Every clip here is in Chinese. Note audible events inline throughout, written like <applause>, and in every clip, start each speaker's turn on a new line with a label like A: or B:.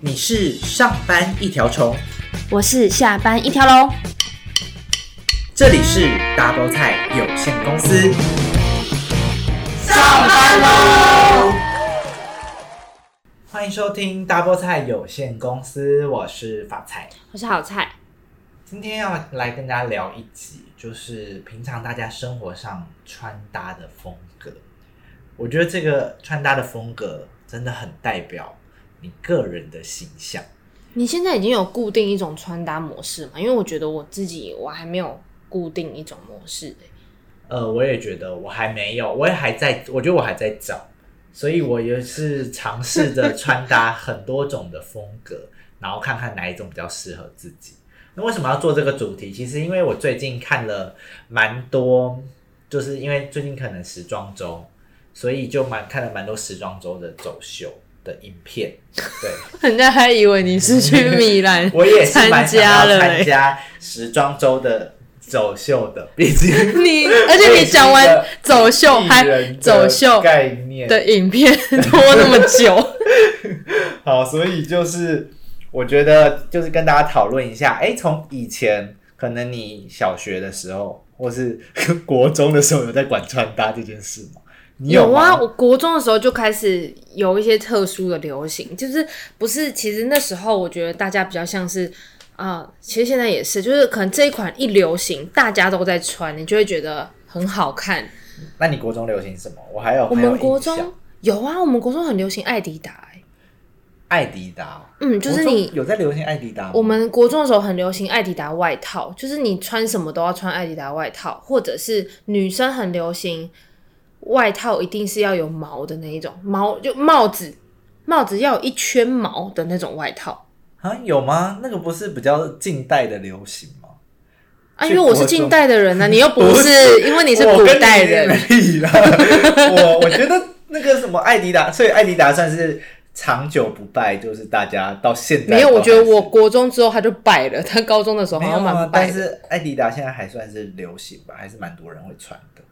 A: 你是上班一条虫，
B: 我是下班一条龙。
A: 这里是 Double 菜有限公司。
C: 上班喽！
A: 欢迎收听 Double 菜有限公司，我是法菜。
B: 我是好菜，
A: 今天要来跟大家聊一集，就是平常大家生活上穿搭的风格。我觉得这个穿搭的风格真的很代表你个人的形象。
B: 你现在已经有固定一种穿搭模式吗？因为我觉得我自己我还没有固定一种模式、欸、
A: 呃，我也觉得我还没有，我也还在，我觉得我还在找，所以我也是尝试着穿搭很多种的风格， <laughs> 然后看看哪一种比较适合自己。那为什么要做这个主题？其实因为我最近看了蛮多，就是因为最近可能时装周，所以就蛮看了蛮多时装周的走秀的影片。对，
B: <laughs> 人家还以为你是去米 <laughs> 兰
A: 我也是蛮
B: 参
A: 想
B: 加
A: 要
B: 了、
A: 参
B: 欸，
A: 加时装周的走秀的，毕竟
B: 你而且你讲
A: 我也是一
B: 完
A: 个
B: 走秀还
A: 艺人的
B: 走秀
A: 概念
B: 的影片 <laughs> 拖那么久，
A: <laughs> 好，所以就是我觉得就是跟大家讨论一下，哎，从以前可能你小学的时候，或是 <laughs> 国中的时候有在管穿搭这件事吗？你
B: 有
A: 吗？
B: 啊，我国中的时候就开始有一些特殊的流行，就是不是，其实那时候我觉得大家比较像是啊、其实现在也是，就是可能这一款一流行，大家都在穿，你就会觉得很好看。
A: 那你国中流行什么？我还有
B: 我
A: 很有
B: 们
A: 印
B: 国
A: 象
B: 中有啊，我们国中很流行艾迪达、欸，
A: 艾迪达，哦
B: 嗯，就是
A: 国中
B: 你。
A: 有在流行艾迪达吗？
B: 我们国中的时候很流行艾迪达外套，就是你穿什么都要穿艾迪达外套，或者是女生很流行外套一定是要有毛的那一种，毛就帽子，帽子要有一圈毛的那种外套
A: 啊有吗？那个不是比较近代的流行吗？
B: 啊。因
A: 去
B: 为我是
A: 国中
B: 近代的人呢、啊你又不
A: 不
B: 是，
A: 是
B: 因为你是
A: 我
B: 古
A: 跟
B: 代人，
A: 没理啦。我我觉得那个什么艾迪达，所以艾迪达算是长久不败，就是大家到现在
B: 没有。
A: 都
B: 我觉得
A: 还是
B: 我国中之后他就败了，他高中的时候
A: 没
B: 好
A: 有
B: 像
A: 啊
B: 蛮，败
A: 但
B: 的。
A: 是艾迪达现在还算是流行吧，还是蛮多人会穿的。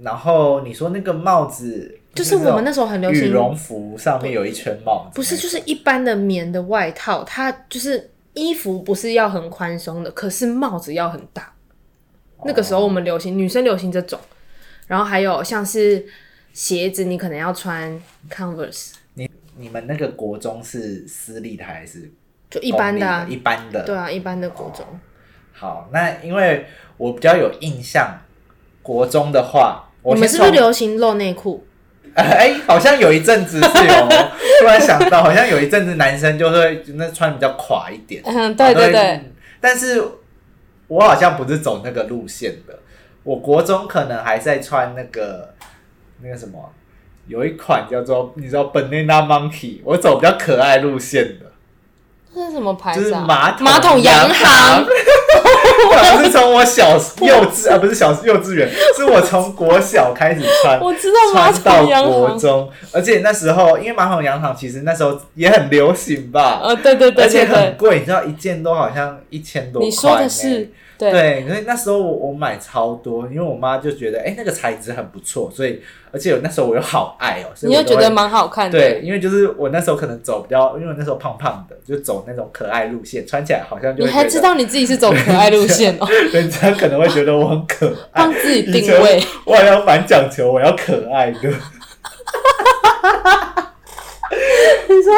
A: 然后你说那个帽子，
B: 就是我们那时候很流行
A: 羽绒服上面有一圈帽子，
B: 不是，就是一般的棉的外套，它就是衣服不是要很宽松的，可是帽子要很大。那个时候我们流行，女生流行这种，然后还有像是鞋子，你可能要穿 Converse，
A: 你你们那个国中是私立的还是
B: 就一般的、啊
A: 哦公立，一般的，哦
B: 对啊，一般的国中。
A: 好，那因为我比较有印象，国中的话，
B: 我
A: 我
B: 们
A: 先
B: 是不是
A: 从
B: 流行露内裤？
A: <laughs> 哎，好像有一阵子是有，
B: <laughs>
A: 突然想到，好像有一阵子男生就会那穿比较垮一点，
B: 嗯， <laughs>
A: 都会，但是我好像不是走那个路线的，我国中可能还在穿那个那个什么，有一款叫做你知道 Banana Monkey，我走比较可爱路线的。
B: 这是什么牌
A: 就是
B: 子啊？
A: 马桶
B: 马桶洋
A: <laughs>
B: 行， <laughs>
A: 我是从我小幼稚啊，不是小幼稚园，是我从国小开始穿，
B: <laughs> 我知道马
A: 穿到
B: 桶洋
A: 国
B: 行。
A: 中，而且那时候因为马桶洋行其实那时候也很流行吧，
B: 呃，对对 <laughs> 对
A: 而且
B: 对
A: 很
B: 对，
A: 贵，你知道一件都好像一千多块呢。
B: 你说的是对，
A: 对，所以那时候我我买超多，因为我妈就觉得哎、那个材质很不错，所以而且那时候我又好爱哦、所以
B: 你
A: 我
B: 又觉
A: 都会
B: 得蛮好看的。
A: 对，因为就是我那时候可能走比较，因为我那时候胖胖的，就走那种可爱路线，穿起来好像就
B: 你
A: 会
B: 还
A: 觉
B: 知
A: 得
B: 道你自己是走可爱路线哦，
A: 人家可能会觉得我很可爱，
B: 帮自己
A: 哎以
B: 定
A: 前
B: 位。
A: 我好像蛮讲求我要可爱的。
B: 你说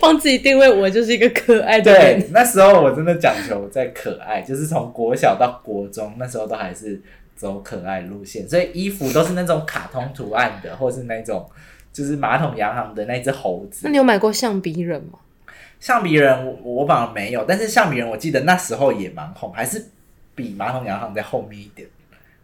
B: 帮自己定位，我就是一个可爱的人。
A: 对，那时候我真的讲求在可爱，就是从国小到国中，那时候都还是走可爱路线，所以衣服都是那种卡通图案的，或是那种就是马桶洋行的那只猴子
B: 那。你有买过橡皮人吗？
A: 橡皮人我我反而没有，但是橡皮人我记得那时候也蛮红，还是比马桶洋行在后面一点。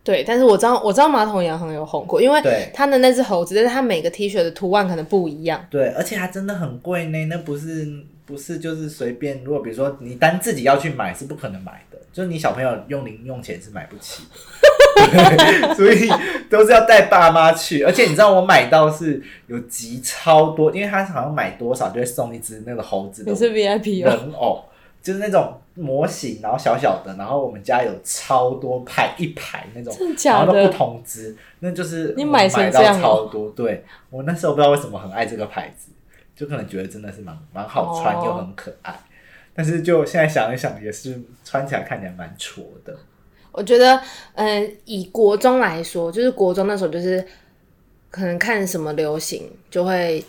B: 对，但是我知道，我知道马桶洋行有红过，因为
A: 对
B: 它的那只猴子，但是它每个 T 恤的图案可能不一样。
A: 对，而且还真的很贵呢，那不是不是就是随便，如果比如说你单自己要去买是不可能买的，就是你小朋友用零用钱是买不起 <laughs> 的，对所以都是要带爸妈去。而且你知道我买到是有集超多，因为他好像买多少就会送一只那个猴子的
B: 你是 VIP 哦，
A: 人偶。就是那种模型，然后小小的，然后我们家有超多排一排那种，
D: 真的假
A: 然后都
D: 的
A: 不同支，那就是
D: 你
A: 我
D: 买
A: 买
D: 成
A: 到
D: 这样哦
A: 超多。对我那时候不知道为什么很爱这个牌子，就可能觉得真的是蛮蛮好穿
D: 哦
A: 又很可爱，但是就现在想一想，也是穿起来看起来蛮挫的。
B: 我觉得，嗯，以国中来说，就是国中那时候就是可能看什么流行就会。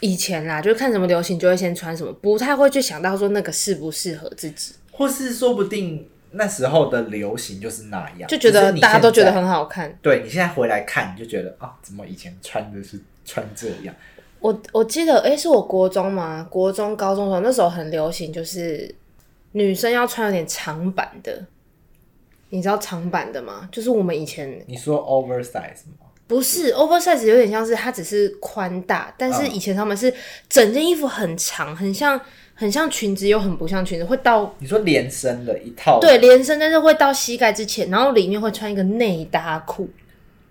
B: 以前啦，就是看什么流行就会先穿什么，不太会去想到说那个适不适合自己，
A: 或是说不定那时候的流行就是那样，
B: 就
A: 只
B: 觉
A: 是
B: 得
A: 你
B: 大家都觉得
A: 现在
B: 很好看。
A: 对你现在回来看，你就觉得啊，怎么以前穿的是穿这样？
B: 我我记得，诶、是我国中嘛，国中、高中的时候，那时候很流行，就是女生要穿有点长版的，你知道长版的吗？就是我们以前
A: 你说 oversize 吗？
B: 不是 oversize，有点像是它只是宽大，但是
A: 嗯
B: 以前他们是整件衣服很长，很像很像裙子，又很不像裙子，会到
A: 你说连身的一套，
B: 对连身，但是会到膝盖之前，然后里面会穿一个内搭裤，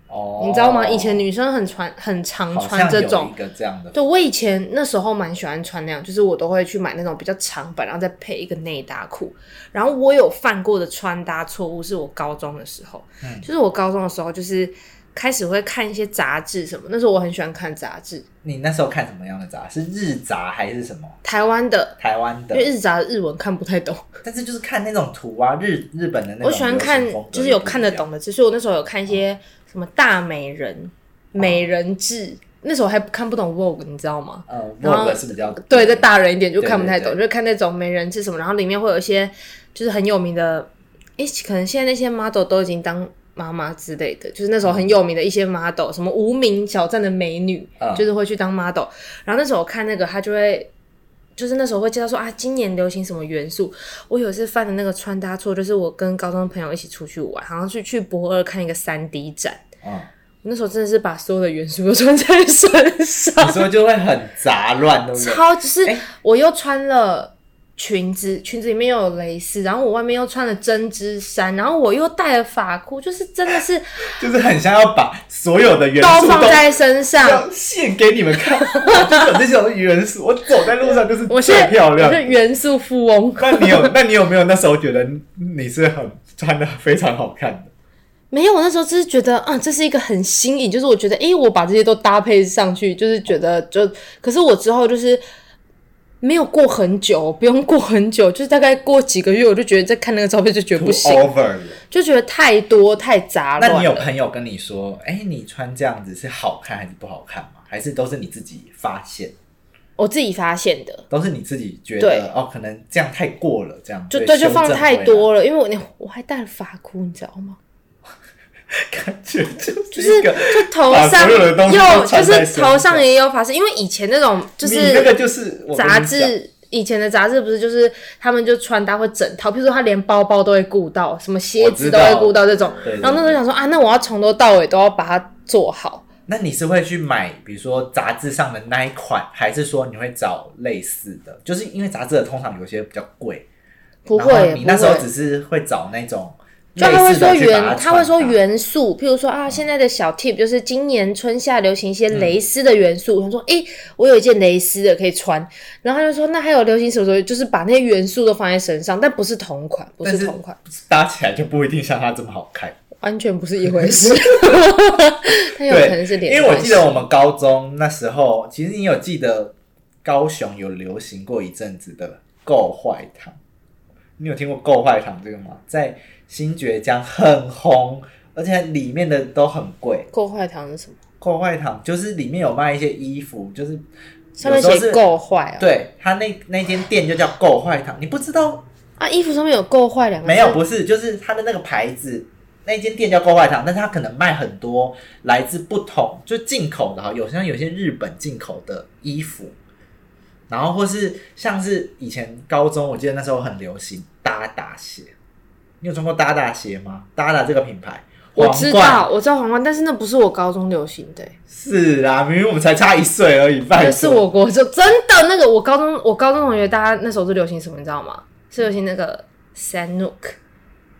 A: 哦，
B: 你知道吗？以前女生很穿很常
A: 好
B: 穿
A: 像
B: 这
A: 有
B: 种
A: 一，个这样的，
B: 对，我以前那时候蛮喜欢穿那样，就是我都会去买那种比较长版，然后再配一个内搭裤。然后我有犯过的穿搭错误是我高中的时候，
A: 嗯
B: 就是我高中的时候就是开始会看一些杂志什么，那时候我很喜欢看杂志，
A: 你那时候看什么样的杂？是日杂还是什么？
B: 台湾的。
A: 台湾的
B: 因为，日杂的日文看不太懂，
A: 但是就是看那种图啊，日日本的那种，
B: 我喜欢看就是有看得懂。的字，所以我那时候有看一些什么大美人、美人志，那时候还看不懂 Vogue，你知道吗？
A: 呃
B: 然后
A: ，Vogue 是比较
B: 对，再大人一点就
A: 对
B: 看不太懂，
A: 对
B: 就看那种没人是什么，然后里面会有一些就是很有名的，诶，可能现在那些 model 都已经当妈妈之类的，就是那时候很有名的一些 model，什么无名小站的美女，
A: 嗯
B: 就是会去当 model。然后那时候我看那个，他就会。就是那时候会介绍说啊，今年流行什么元素。我有一次犯的那个穿搭错，就是我跟高中朋友一起出去玩，好像是去博二看一个三 D 展。
A: 嗯，
B: 我那时候真的是把所有的元素都穿在身上，
A: 你说就会很杂乱，对不对？
B: 超就是
A: 哎
B: 我又穿了裙子，裙子里面又有蕾丝，然后我外面又穿了针织衫，然后我又戴了发箍，就是真
A: <laughs>
B: 的是
A: 就是很像要把所有的元
B: 都
A: 素
B: 放
A: 都
B: 在身上。
A: 要献给你们看，我就是有这种元素。我走在路上就是
B: 我是
A: 最漂亮
B: 我是元素富翁，
A: 那你有那你有没有那时候觉得你是很穿的非常好看的？
B: 没有，我那时候只是觉得啊，这是一个很新颖，就是我觉得，诶，我把这些都搭配上去，就是觉得就，可是我之后就是没有过很久，不用过很久，就是大概过几个月，我就觉得在看那个照片就 <laughs> 觉得不
A: Too
B: 行，
A: over 了。
B: 就觉得太多太杂乱
A: 哦那
B: 了。
A: 你有朋友跟你说，哎、你穿这样子是好看还是不好看吗？还是都是你自己发现，
B: 我自己发现的，
A: 都是你自己觉
B: 对
A: 得哦，可能这样太过了，这样
B: 就
A: 对，
B: 对，就放太
A: 了，
B: 多了，因为我那我还戴了发箍，你知道吗？
A: 感觉就
B: 就是
A: 是一个，
B: 就头
A: 把
B: 上
A: 所有的东西都
B: 又就
A: 穿在
B: 是
A: 身
B: 头
A: 上
B: 上也有发饰，因为以前那种
A: <laughs>
B: 就
A: 你那
B: 是
A: 个就是我跟你
B: 杂
A: 讲
B: 志。以前的杂志不是就是他们就穿搭会整套，譬如说他连包包都会顾到，什么鞋子都会顾到这种。
A: 对对
B: 然后那时候想说啊，那我要从头到尾都要把它做好。
A: 那你是会去买，比如说杂志上的那一款，还是说你会找类似的？就是因为杂志的通常有些比较贵，
B: 不
A: 然后
B: 会，
A: 你
B: 不
A: 那时候
B: 会。
A: 只是会找那种类
B: 就他会
A: 似
B: 说
A: 的去把
B: 元，
A: 它
B: 他会说
A: 穿搭
B: 元素，譬如说啊，现在的小 tip 就是今年春夏流行一
A: 嗯
B: 些蕾丝的元素。他说，诶、我有一件蕾丝的可以穿，然后他就说，那还有流行什么时候，就是把那些元素都放在身上，但不是同款，不
A: 但
B: 是
A: 是
B: 同款，
A: 搭起来就不一定像它这么好看。
B: 完全不是一回
A: <laughs>
B: 事。但有
A: 对，
B: 可能是连
A: 因为我记得
B: 贯性
A: 我们高中那时候，其实你有记得高雄有流行过一阵子的购坏堂，你有听过购坏堂这个吗？在新觉江很红，而且里面的都很贵。
B: 够坏糖是什么？
A: 购坏堂就是里面有卖一些衣服，就是
B: 上面
A: 有时候是
B: 写够坏哦。
A: 对他那那间店就叫购坏堂，你不知道
B: 啊，衣服上面有够坏两个字。
A: 没有，不是，就是它的那个牌子，那间店叫购外堂，但是它可能卖很多来自不同，就进口的哈，有像有些日本进口的衣服，然后或是像是以前高中，我记得那时候很流行搭搭鞋，你有穿过搭搭鞋吗？搭搭这个品牌，
B: 我
A: 皇
B: 知
A: 冠
B: 道，我知道皇冠，但是那不是我高中流行的、欸
A: 是啊，明明我们才差一岁而已，拜
B: 可
A: 托
B: 是我国中真的那个，我高中我高中同学，大家那时候是流行什么，你知道吗？是流行那个 Sanook，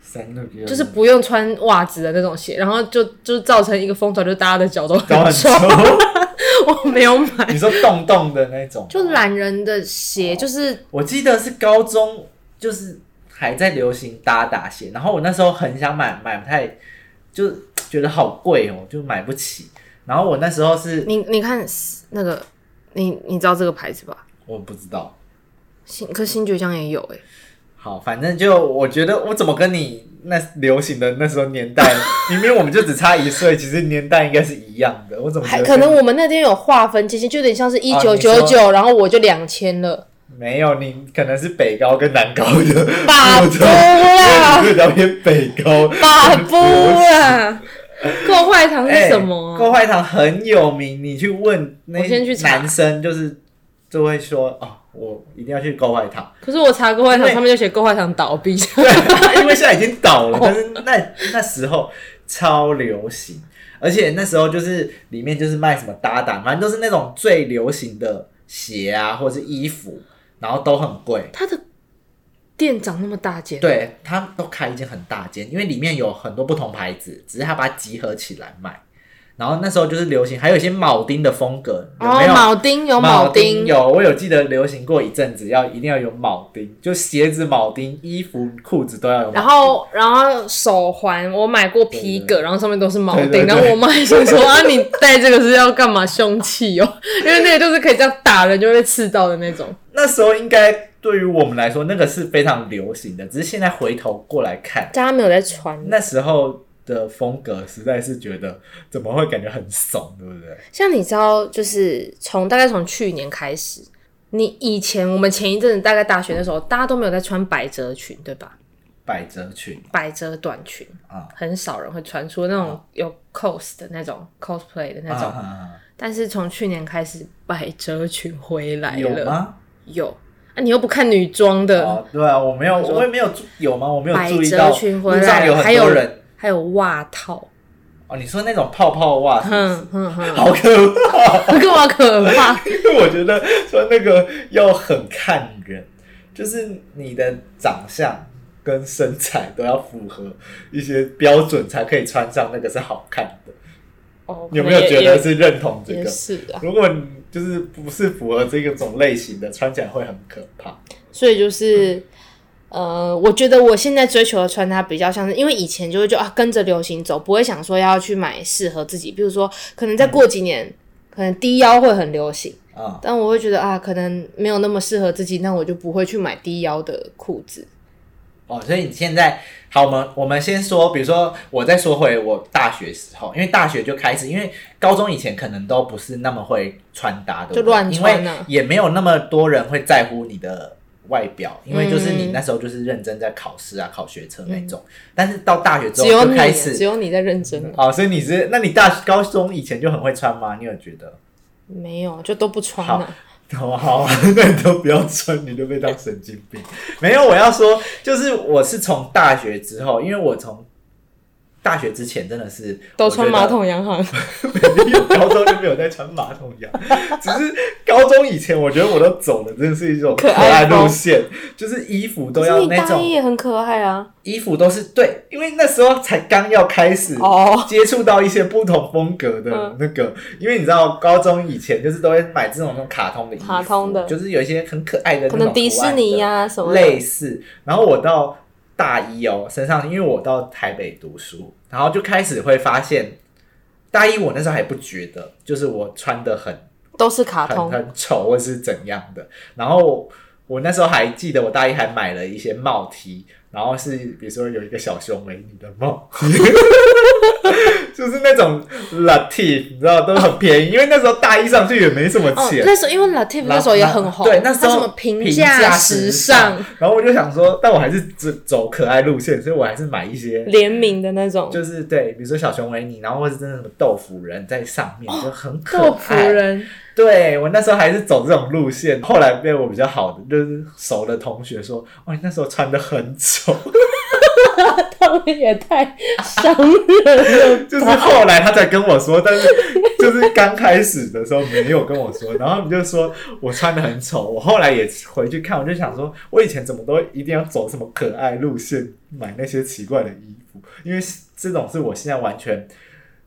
A: 三六六
B: 就是不用穿袜子的那种鞋，然后就就造成一个风潮，就是大家的脚都
A: 都
B: 很
A: 很
B: 臭
A: 臭。，
B: <laughs> 我没有买，
A: 你说洞洞的那种吗，
B: 就懒人的鞋，就是
A: 我记得是高中就是还在流行搭打鞋，然后我那时候很想买，买不太，就觉得好贵哦，就买不起。然后我那时候是
B: 你你看那个，你你知道这个牌子吧？
A: 我不知道，
B: 新可新觉江也有哎、
A: 好，反正就我觉得我怎么跟你那流行的那时候年代，明明我们就只差一岁，其实年代应该是一样的。我怎么觉
B: 还
A: 得
B: 可能我们那天有划分界限，就有点像
A: 啊
B: 是一九九九，然后我就两千了，
A: 没有你可能是北高跟南高的，
B: 把
A: <laughs> 我
B: 不
A: 就我
B: 啦，
A: 就聊偏北高。
B: 把不啦，够坏糖是什么
A: 哎
B: 啊、
A: 购坏堂很有名，你去问那
B: 我先去查
A: 男生，就是就会说哦，我一定要去购坏堂。
B: <laughs> 可是我查够坏
A: 因
B: 糖，
A: 为
B: 上面就写够坏糖倒闭。
A: 对，因为现在已经倒
B: <laughs>
A: 了，但是那那时候超流行，而且那时候就是里面就是卖什么搭档，反正都是那种最流行的鞋啊，或者是衣服，然后都很贵。
B: 他的店长那么大间，，
A: 对，它都开一间很大间，因为里面有很多不同牌子，只是它把它集合起来卖。然后那时候就是流行，还有一些铆钉的风格，有
B: 哦
A: 没，有？
B: 铆钉有铆钉，
A: 有，我有记得流行过一阵子，要一定要有铆钉，就鞋子铆钉、衣服、裤子都要有铆钉。
B: 然后，然后手环我买过皮
A: 对
B: 革，然后上面都是铆钉。
A: 对对对
B: 然后我妈还想说啊，你戴这个是要干嘛？凶器哦，因为那个就是可以这样打人就会被刺到的那种。
A: 那时候应该对于我们来说，那个是非常流行的，只是现在回头过来看，
B: 但他没有在穿，
A: 那时候的风格实在是觉得怎么会感觉很怂，对不对？
B: 像你知道，就是从大概从去年开始，你以前我们前一阵子大概大学的时候，大家都没有在穿百褶裙，对吧？
A: 百褶裙
B: 百褶短裙
A: 啊
B: 很少人会穿出那种有 cos 的那种 cosplay 的那种。
A: 啊
B: 但是从去年开始，百褶裙回来了。
A: 有吗？
B: 有啊，你又不看女装的，
A: 哦，对啊，我没有，我也没有注有吗？我没有
B: 百
A: 注意
B: 褶
A: 到
B: 裙
A: 路
B: 回来
A: 上有
B: 了，还
A: 很
B: 有
A: 多人
B: 还有袜套，
A: 哦。你说那种泡泡袜是不是，
B: 哼
A: <laughs>
B: 哼哼，
A: 好可怕！
B: 干嘛可怕？
A: 因 <laughs> 为我觉得穿那个要很看人，就是你的长相跟身材都要符合一些标准，才可以穿上那个是好看
B: <laughs>
A: 的。
B: 哦，
A: 你有没有
B: 可能
A: 觉
B: 也
A: 得是认同这
B: 也也
A: 个？
B: 是啊？
A: 如果你就是不是符合这个种类型的，穿起来会很可怕。
B: 所以就是。呃，我觉得我现在追求的穿搭比较像是，因为以前就会就啊跟着流行走，不会想说要去买适合自己。比如说，可能再过几年，可能低腰会很流行，
A: 啊、
B: 但我会觉得啊，可能没有那么适合自己，那我就不会去买低腰的裤子。
A: 哦，所以你现在好，我们我们先说，比如说我再说回我大学时候，因为大学就开始，因为高中以前可能都不是那么会穿搭的，
B: 就乱穿啊
A: 因为也没有那么多人会在乎你的外表，
B: 嗯
A: 因为就是你那时候就是认真在考试啊、考学车那种。但是到大学之
B: 嗯只有
A: 后
B: 你
A: 就
B: 啊，
A: 开
B: 只
A: 始，
B: 有你在认真了。
A: 哦，所以你是，那你大高中以前就很会穿吗？你有觉得？
B: 没有，就都不穿啊
A: 好
B: 了、
A: 好好，那你都不要穿，你就被当神经病。没有，我要说，就是我是从大学之后，因为我从大学之前真的是
B: 都穿马，桶洋行。
A: 没有高中就没有在穿马桶一样，只是高中以前，我觉得我都走的真的是一种
B: 可
A: 可
B: 爱
A: 爱路
B: 风
A: 线，就是衣服都
B: 可是
A: 要
B: 你
A: 那
B: 大一
A: 种
B: 也很可爱啊。
A: 衣服都是对，因为那时候才刚要开始
B: 哦，嗯
A: 接触到一些不同风格的那个，因为你知道高中以前就是都会买这种那种卡通的衣服，
B: 卡通的
A: 就是有一些很可爱的那
B: 可
A: 种
B: 能迪士尼呀、什
A: 图
B: 么
A: 案的类似。然后我到大一哦，身上因为我到台北读书，然后就开始会发现，大一我那时候还不觉得，就是我穿的很
B: 都是卡
A: 很
B: 通。
A: 很丑或是怎样的。然后我我那时候还记得，我大一还买了一些帽 T，然后是比如说有一个小熊维尼的帽 <laughs> 就是那种 latif，你知道都很便宜，因为那时候大一上去也没什么
B: 哦，
A: 钱。
B: 那时候因为 Latif 那时候也很红，
A: 对，那时
B: 它什
A: 候
B: 么平
A: 价
B: 时
A: 尚，然后我就想说，但我还是走走可爱路线，所以我还是买一些
B: 联名的那种
A: 就是对，比如说小熊维尼，然后或是真的什么豆腐人在上面，就很可爱。
B: 哦豆腐人， <laughs>
A: 对我那时候还是走这种路线，后来被我比较好的就是熟的同学说，哦哇，你那时候穿的很丑，
B: 他们也太伤人
A: <laughs>
B: 了。
A: 就是后来他才跟我说，但是就是刚开始的时候没有跟我说，然后你就说我穿的很丑，我后来也回去看，我就想说，我以前怎么都一定要走什么可爱路线，买那些奇怪的衣服，因为这种是我现在完全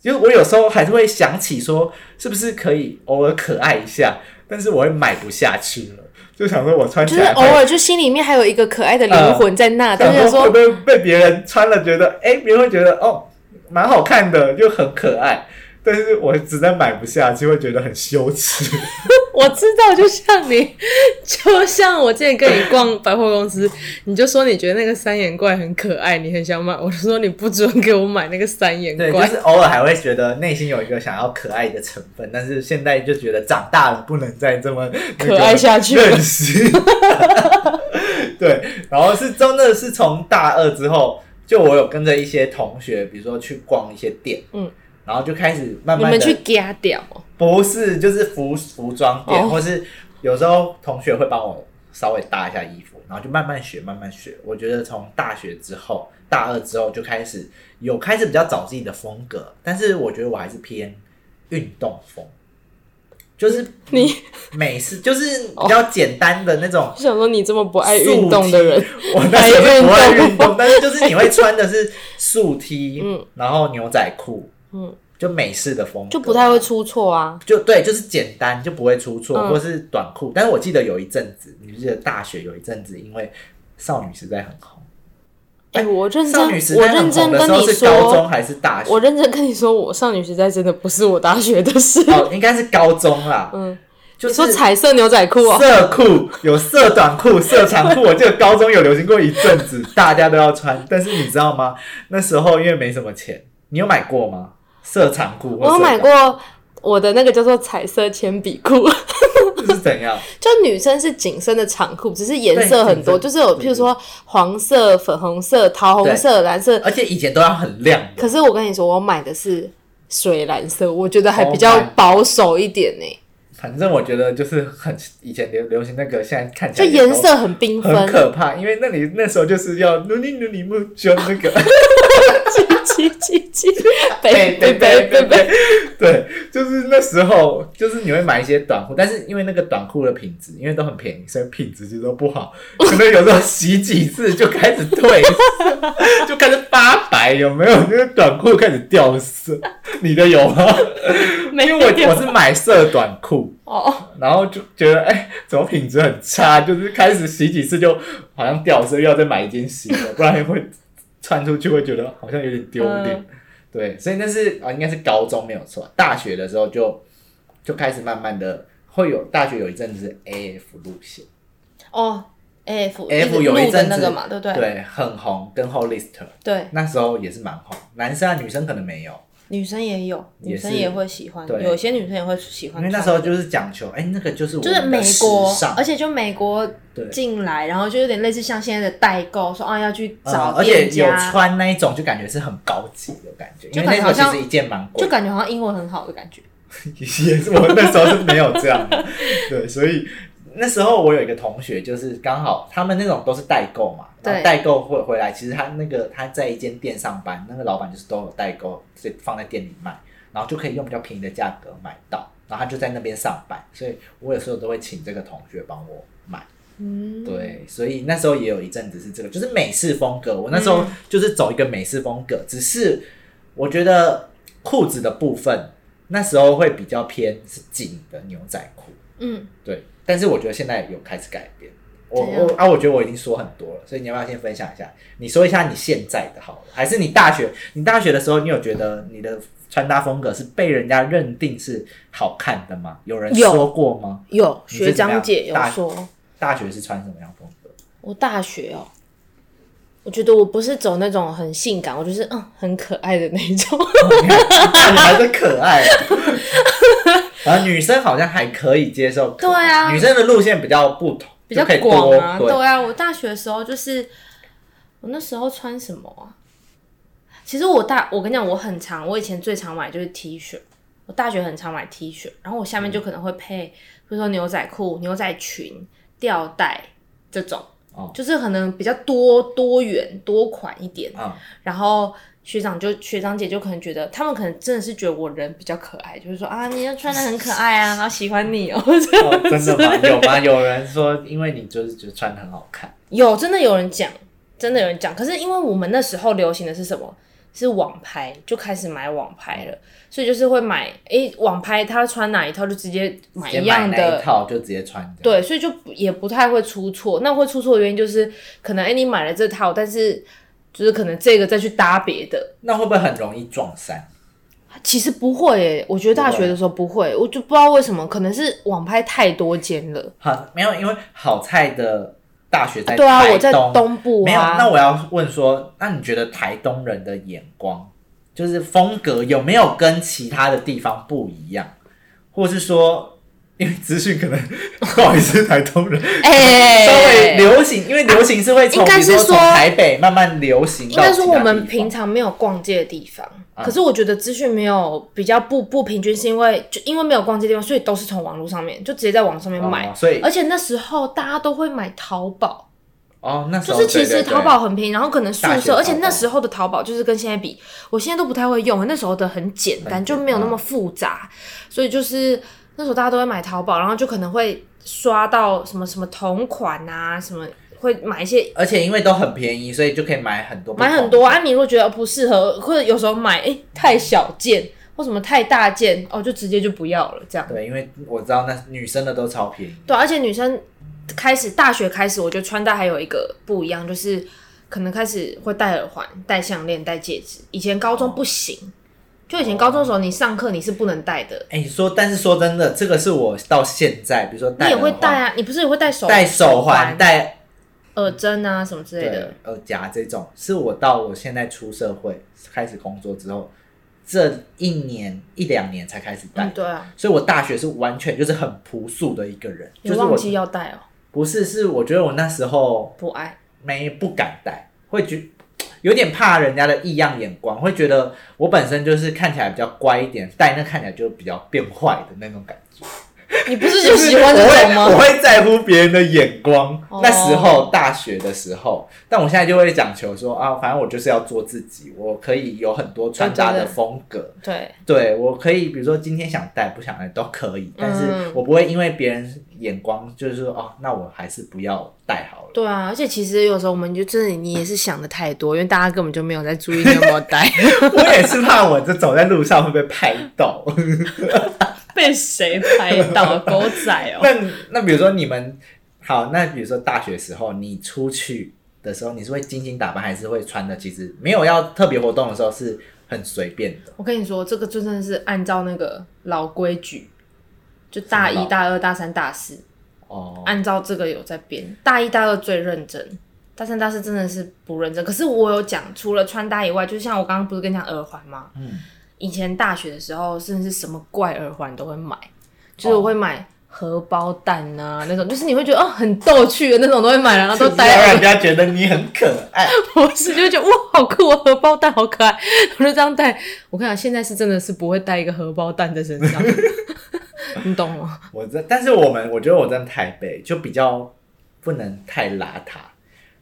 A: 就是我有时候还是会想起说，是不是可以偶尔可爱一下，但是我会买不下去了，就想说我穿
B: 就
A: 起
B: 是
A: 来
B: 偶尔就心里面还有一个可爱的灵魂在那，但
A: 想
B: 啊是
A: 说呃会
B: 说
A: 不会被别人穿了觉得，哎、别人会觉得哦，蛮好看的，就很可爱。但是我实在买不下去，会觉得很羞耻。
B: <laughs> 我知道，就像你， <laughs> 就像我之前跟你逛百货公司，你就说你觉得那个三眼怪很可爱，你很想买，我就说你不准给我买那个三
A: <laughs>
B: 眼
A: 对，就
B: 怪
A: 是。偶尔还会觉得内心有一个想要可爱的成分，但是现在就觉得长大了不能再这么那个
B: 可爱下去了
A: 任性。 <laughs> 对，然后是真的是从大二之后，就我有跟着一些同学，比如说去逛一些店，
B: 嗯，
A: 然后就开始慢嗯
B: 你
A: 慢的
B: 们去嘎掉，
A: 不是，就是服服装店，
B: 哦
A: 或是有时候同学会帮我稍微搭一下衣服，然后就慢慢学，慢慢学。我觉得从大学之后，大二之后就开始有开始比较找自己的风格，但是我觉得我还是偏运动风，就是
B: <laughs> 你
A: 美式，就是比较简单的那种
B: 我想说你这么不爱运动的人，
A: 我那时候不爱运动，但是就是你会穿的是素 T，
B: <laughs> 嗯
A: 然后牛仔裤，
B: 嗯，
A: 就美式的风格，
B: 就不太会出错啊。
A: 就对，就是简单，就不会出错，
B: 嗯
A: 或是短裤。但是我记得有一阵子，你记得大学有一阵子，因为少女时代很红，
B: 哎、我认真，
A: 少女时
B: 我
A: 代很
B: 认真
A: 红的
B: 跟
A: 时候
B: 你
A: 是高中
B: 说，
A: 还是大学？
B: 我认真跟你说，我少女时代真的不是我大学的事。
A: 哦，应该是高中啦，
B: 嗯，
A: 就
B: 你
A: 是
B: 说彩色牛仔裤哦、
A: 色裤有色短裤、色长裤，我记得高中有流行过一阵子，大家都要穿。但是你知道吗？那时候因为没什么钱，你有买过吗？色长裤或
B: 我有
A: 色
B: 买
A: 短
B: 过我的那个叫做彩色铅笔裤， <laughs>
A: 裤是怎样？
B: 就女生是紧身的长裤，只是颜
A: 对
B: 色很多，
A: 紧身
B: 就是有譬如说黄色、粉红色、桃红色、蓝色。
A: 而且以前都要很亮的，
B: 可是我跟你说，我买的是水蓝色，我觉得还
A: Oh
B: 比较
A: my
B: 保守一点呢、
A: 反正我觉得就是很以前流流行那个，现在看起
B: 就
A: 来也
B: 颜
A: 都
B: 色很缤
A: 很
B: 纷，
A: 可怕，因为那里那时候就是要努力努力木就那个
B: <laughs> 七七七七，
A: 对 <laughs> <laughs> 对
B: 北
A: 对
B: 北北
A: 对对
B: 北北，
A: 对，就是那时候就是你会买一些短裤，但是因为那个短裤的品质，因为都很便宜，所以品质其实都不 <laughs> 好，可能有时候洗几次就开始褪色， <laughs> 就开始发白，有没有？那个短裤开始掉色，你的有吗？
B: 没
A: 因
B: 有
A: 为我我是买色短裤。
B: 哦，
A: 然后就觉得哎、怎么品质很差？就是开始洗几次就好像掉色，又要再买一件新的，不然会穿出去会觉得好像有点丢脸。
B: 嗯
A: 对，所以那是啊，应该是高中没有错，大学的时候就就开始慢慢的会有，大学有一阵子是 AF 路线
B: 哦，F
A: ，AF
B: 直
A: 有一
B: 录的
A: 阵子
B: 那个嘛，对不对？
A: 对，很红，跟 Holister
B: 对，
A: 那时候也是蛮红，男生啊女生可能没有，
B: 女生也有，
A: 也
B: 女生
A: 是
B: 也会喜欢，
A: 对
B: 有些女生也会喜欢
A: 因
B: 穿。
A: 为那时候就是讲求哎、那个就是我
B: 就是
A: 们的
B: 美
A: 时
B: 国
A: 尚，
B: 而且就美国
A: 对
B: 进来，然后就有点类似像现在的代购，说啊要去
A: 呃
B: 找
A: 而且有
B: 店家，
A: 穿那一种，就感觉是很高级的感觉，因
B: 就
A: 为
B: 感
A: 那
B: 觉
A: 时候
B: 好
A: 其
B: 像
A: 实一件蛮贵
B: 就
A: 的，
B: 感觉好像英文很好的感觉。
A: <laughs> 也是我那时候是没有这样的，
B: <laughs>
A: 对，所以那时候我有一个同学，就是刚好他们那种都是代购嘛，
B: 对
A: 然后代购会回来，其实他那个他在一间店上班，那个老板就是都有代购，所以放在店里卖，然后就可以用比较便宜的价格买到，然后他就在那边上班，所以我有时候都会请这个同学帮我买。
B: 嗯，
A: 对，所以那时候也有一阵子是这个，就是美式风格。我那时
B: 嗯
A: 候就是走一个美式风格，只是我觉得裤子的部分那时候会比较偏是紧的牛仔裤，
B: 嗯，
A: 对。但是我觉得现在有开始改变。我
B: 怎样
A: 我啊，我觉得我已经说很多了，所以你要不要先分享一下？你说一下你现在的好了，还是你大学？你大学的时候，你有觉得你的穿搭风格是被人家认定是好看的吗？有人
B: 有
A: 说过吗？
B: 有
A: 你是
B: 学长姐
A: 怎
B: 有
A: 么样大
B: 说，
A: 大学是穿什么样风格？
B: 我大学哦，我觉得我不是走那种很性感，我就是嗯很可爱的那一种。
A: 你还是可爱、啊。然后女生好像还可以接受可爱，
B: 对啊
A: 女生的路线比较不同，
B: 比较
A: 就可以
B: 广
A: 多
B: 啊，
A: 对，
B: 对啊，我大学的时候就是，我那时候穿什么啊？其实我大，我跟你讲，我很常，我以前最常买就是 T 恤，我大学很常买 T 恤，然后我下面
A: 嗯
B: 就可能会配，比如说牛仔裤、牛仔裙、吊带这种，
A: 哦
B: 就是可能比较多多元多款一点，
A: 啊、
B: 然后学长就学长姐就可能觉得，他们可能真的是觉得我人比较可爱，就是说啊，你要穿的很可爱啊，然后喜欢你哦， <laughs> 这样
A: 哦真的吗？
B: 之类
A: 有吗？有人说，因为你就是觉得穿得很好看，
B: 有真的有人讲，真的有人讲。可是因为我们那时候流行的是什么？是网拍，就开始买网拍了，所以就是会买，诶、网拍他穿哪一套就直接买
A: 直
B: 一
A: 接买
B: 样
A: 那
B: 的
A: 一，套就直接穿。这样，
B: 对，所以就不也不太会出错。那会出错的原因就是，可能哎、诶你买了这套，但是就是可能这个再去搭别的，
A: 那会不会很容易撞衫？
B: 其实不会耶、我觉得大学的时候不会，我就不知道为什么，可能是网拍太多间了。
A: 好，没有，因为好菜的大学在
B: 对啊，
A: 台
B: 我在
A: 东
B: 东部
A: 没有，
B: 啊，
A: 那我要问说，那你觉得台东人的眼光，就是风格有没有跟其他的地方不一样，或是说，因为资讯可能 <laughs> 不好意思，台东人
B: <laughs> 哎、
A: 稍微流行，因为流行是会从
B: 应该
A: 比
B: 是
A: 如说从
B: 说
A: 台北慢慢流行
B: 应
A: 到
B: 该
A: 其
B: 说
A: 他
B: 我们
A: 地
B: 平
A: 方
B: 常没有逛街的地方，
A: 啊
B: 可是我觉得资讯没有比较不不平均，是因为就因为没有逛街的地方，所以都是从网络上面就直接在网上面买，
A: 哦所以
B: 而且那时候大家都会买淘宝。
A: 哦，那时
B: 就
A: 候
B: 是其
A: 对
B: 实
A: 对对
B: 淘宝很便宜，然后可能宿
A: 大学淘
B: 舍，
A: 宝
B: 而且那时候的淘宝就是跟现在比，我现在都不太会用，那时候的很简单，
A: 很简单
B: 就没有那么复杂，所以就是那时候大家都会买淘宝，然后就可能会刷到什么什么同款啊，什么会买一些。
A: 而且因为都很便宜，所以就可以买很多，
B: 买很多。啊，你如果觉得不适合，或者有时候买诶太小件或什么太大件，哦就直接就不要了这样。
A: 对，因为我知道那女生的都超便宜，
B: 对，而且女生开始大学开始，我觉得穿戴还有一个不一样，就是可能开始会戴耳环、戴项链、戴戒指。以前高中不行，就以前高中的时候，你上课你是不能戴的，
A: 哎、说，但是说真的，这个是我到现在，比如说戴
B: 你也
A: 耳
B: 会
A: 环
B: 戴啊，你不是也会戴手
A: 戴手环、
B: 环、
A: 戴
B: 耳针啊什么之类
A: 对
B: 的。，
A: 耳夹这种，是我到我现在出社会开始工作之后，这一年一两年才开始戴。
B: 嗯，对啊，
A: 所以，我大学是完全就是很朴素的一个人，
B: 你
A: 就是
B: 忘
A: 我
B: 记要戴哦，
A: 不是是我觉得我那时候
B: 不爱。
A: 没不敢戴，会觉有点怕人家的异样眼光，会觉得我本身就是看起来比较乖一点，戴那看起来就比较变坏的那种感觉。
B: 你不是 <laughs> 就喜欢
A: 我
B: 这种
A: 会我
B: 吗？
A: 会在乎别人的眼光。
B: 哦
A: 那时候大学的时候，但我现在就会讲求说啊，反正我就是要做自己，我可以有很多穿搭的风格。
B: 对，
A: 对我可以，比如说今天想戴不想戴都可
B: 嗯
A: 以，但是我不会因为别人眼光就是说哦，那我还是不要戴
B: <laughs>
A: 好了。
B: 对啊，而且其实有时候我们就真的你也是想的太多，因为大家根本就没有在注意你有没有戴，
A: 我也是怕我这走在路上会被拍到。
B: <laughs> 被谁拍到狗仔哦
A: 那那比如说你们好，那比如说大学时候你出去的时候，你是会精心打扮，还是会穿的？其实没有要特别活动的时候是很随便的。
B: <laughs> 我跟你说，这个就真的是按照那个老规矩，就大
A: 什么
B: 一、
A: 老
B: 大二、大三、大四，
A: 哦，
B: 按照这个有在变。大一、大二最认真，大三、大四真的是不认真。可是我有讲，除了穿搭以外，就像我刚刚不是跟你讲耳环吗？
A: 嗯，
B: 以前大学的时候，甚至什么怪耳环都会买，
A: 哦
B: 就是我会买荷包蛋啊那种，就是你会觉得哦很逗趣的那种都会买，然后
A: 是
B: 啊都
A: 不是
B: 戴
A: 要
B: 在
A: 让人
B: 耳
A: 家觉得你很可爱。
B: 我是 <laughs> 就觉得哇，好酷哦，荷包蛋好可爱，我就这样戴。我跟你讲，现在是真的是不会带一个荷包蛋在身
A: <laughs>
B: 上，你懂吗？
A: 我这，但是我们我觉得我在台北就比较不能太邋遢，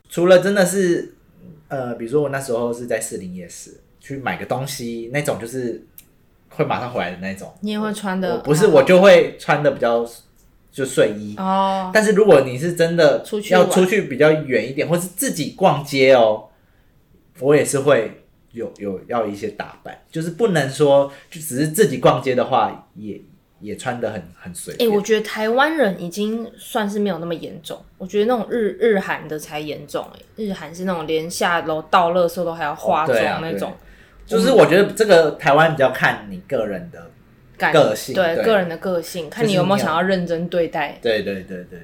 A: 除了真的是呃，比如说我那时候是在士林夜市去买个东西，那种就是会马上回来的那种。
B: 你也会穿的？
A: 我不是，我就会穿的比较就睡衣
B: 哦，
A: 但是如果你是真的
B: 出去
A: 要
B: 玩
A: 出去比较远一点，或是自己逛街哦，我也是会有有要一些打扮，就是不能说就只是自己逛街的话，也也穿的很很随
B: 哎、
A: 便。
B: 我觉得台湾人已经算是没有那么严重，我觉得那种日日韩的才严重、哎，日韩是那种连下楼倒垃圾都还要化
A: 哦
B: 妆
A: 对啊
B: 那种
A: 就是我觉得这个台湾比较看你个人的，
B: 感、
A: 个性
B: 对
A: 对
B: 个人的个性，看
A: 就是
B: 你有没有
A: 你有
B: 想要认真对待。
A: 对对对对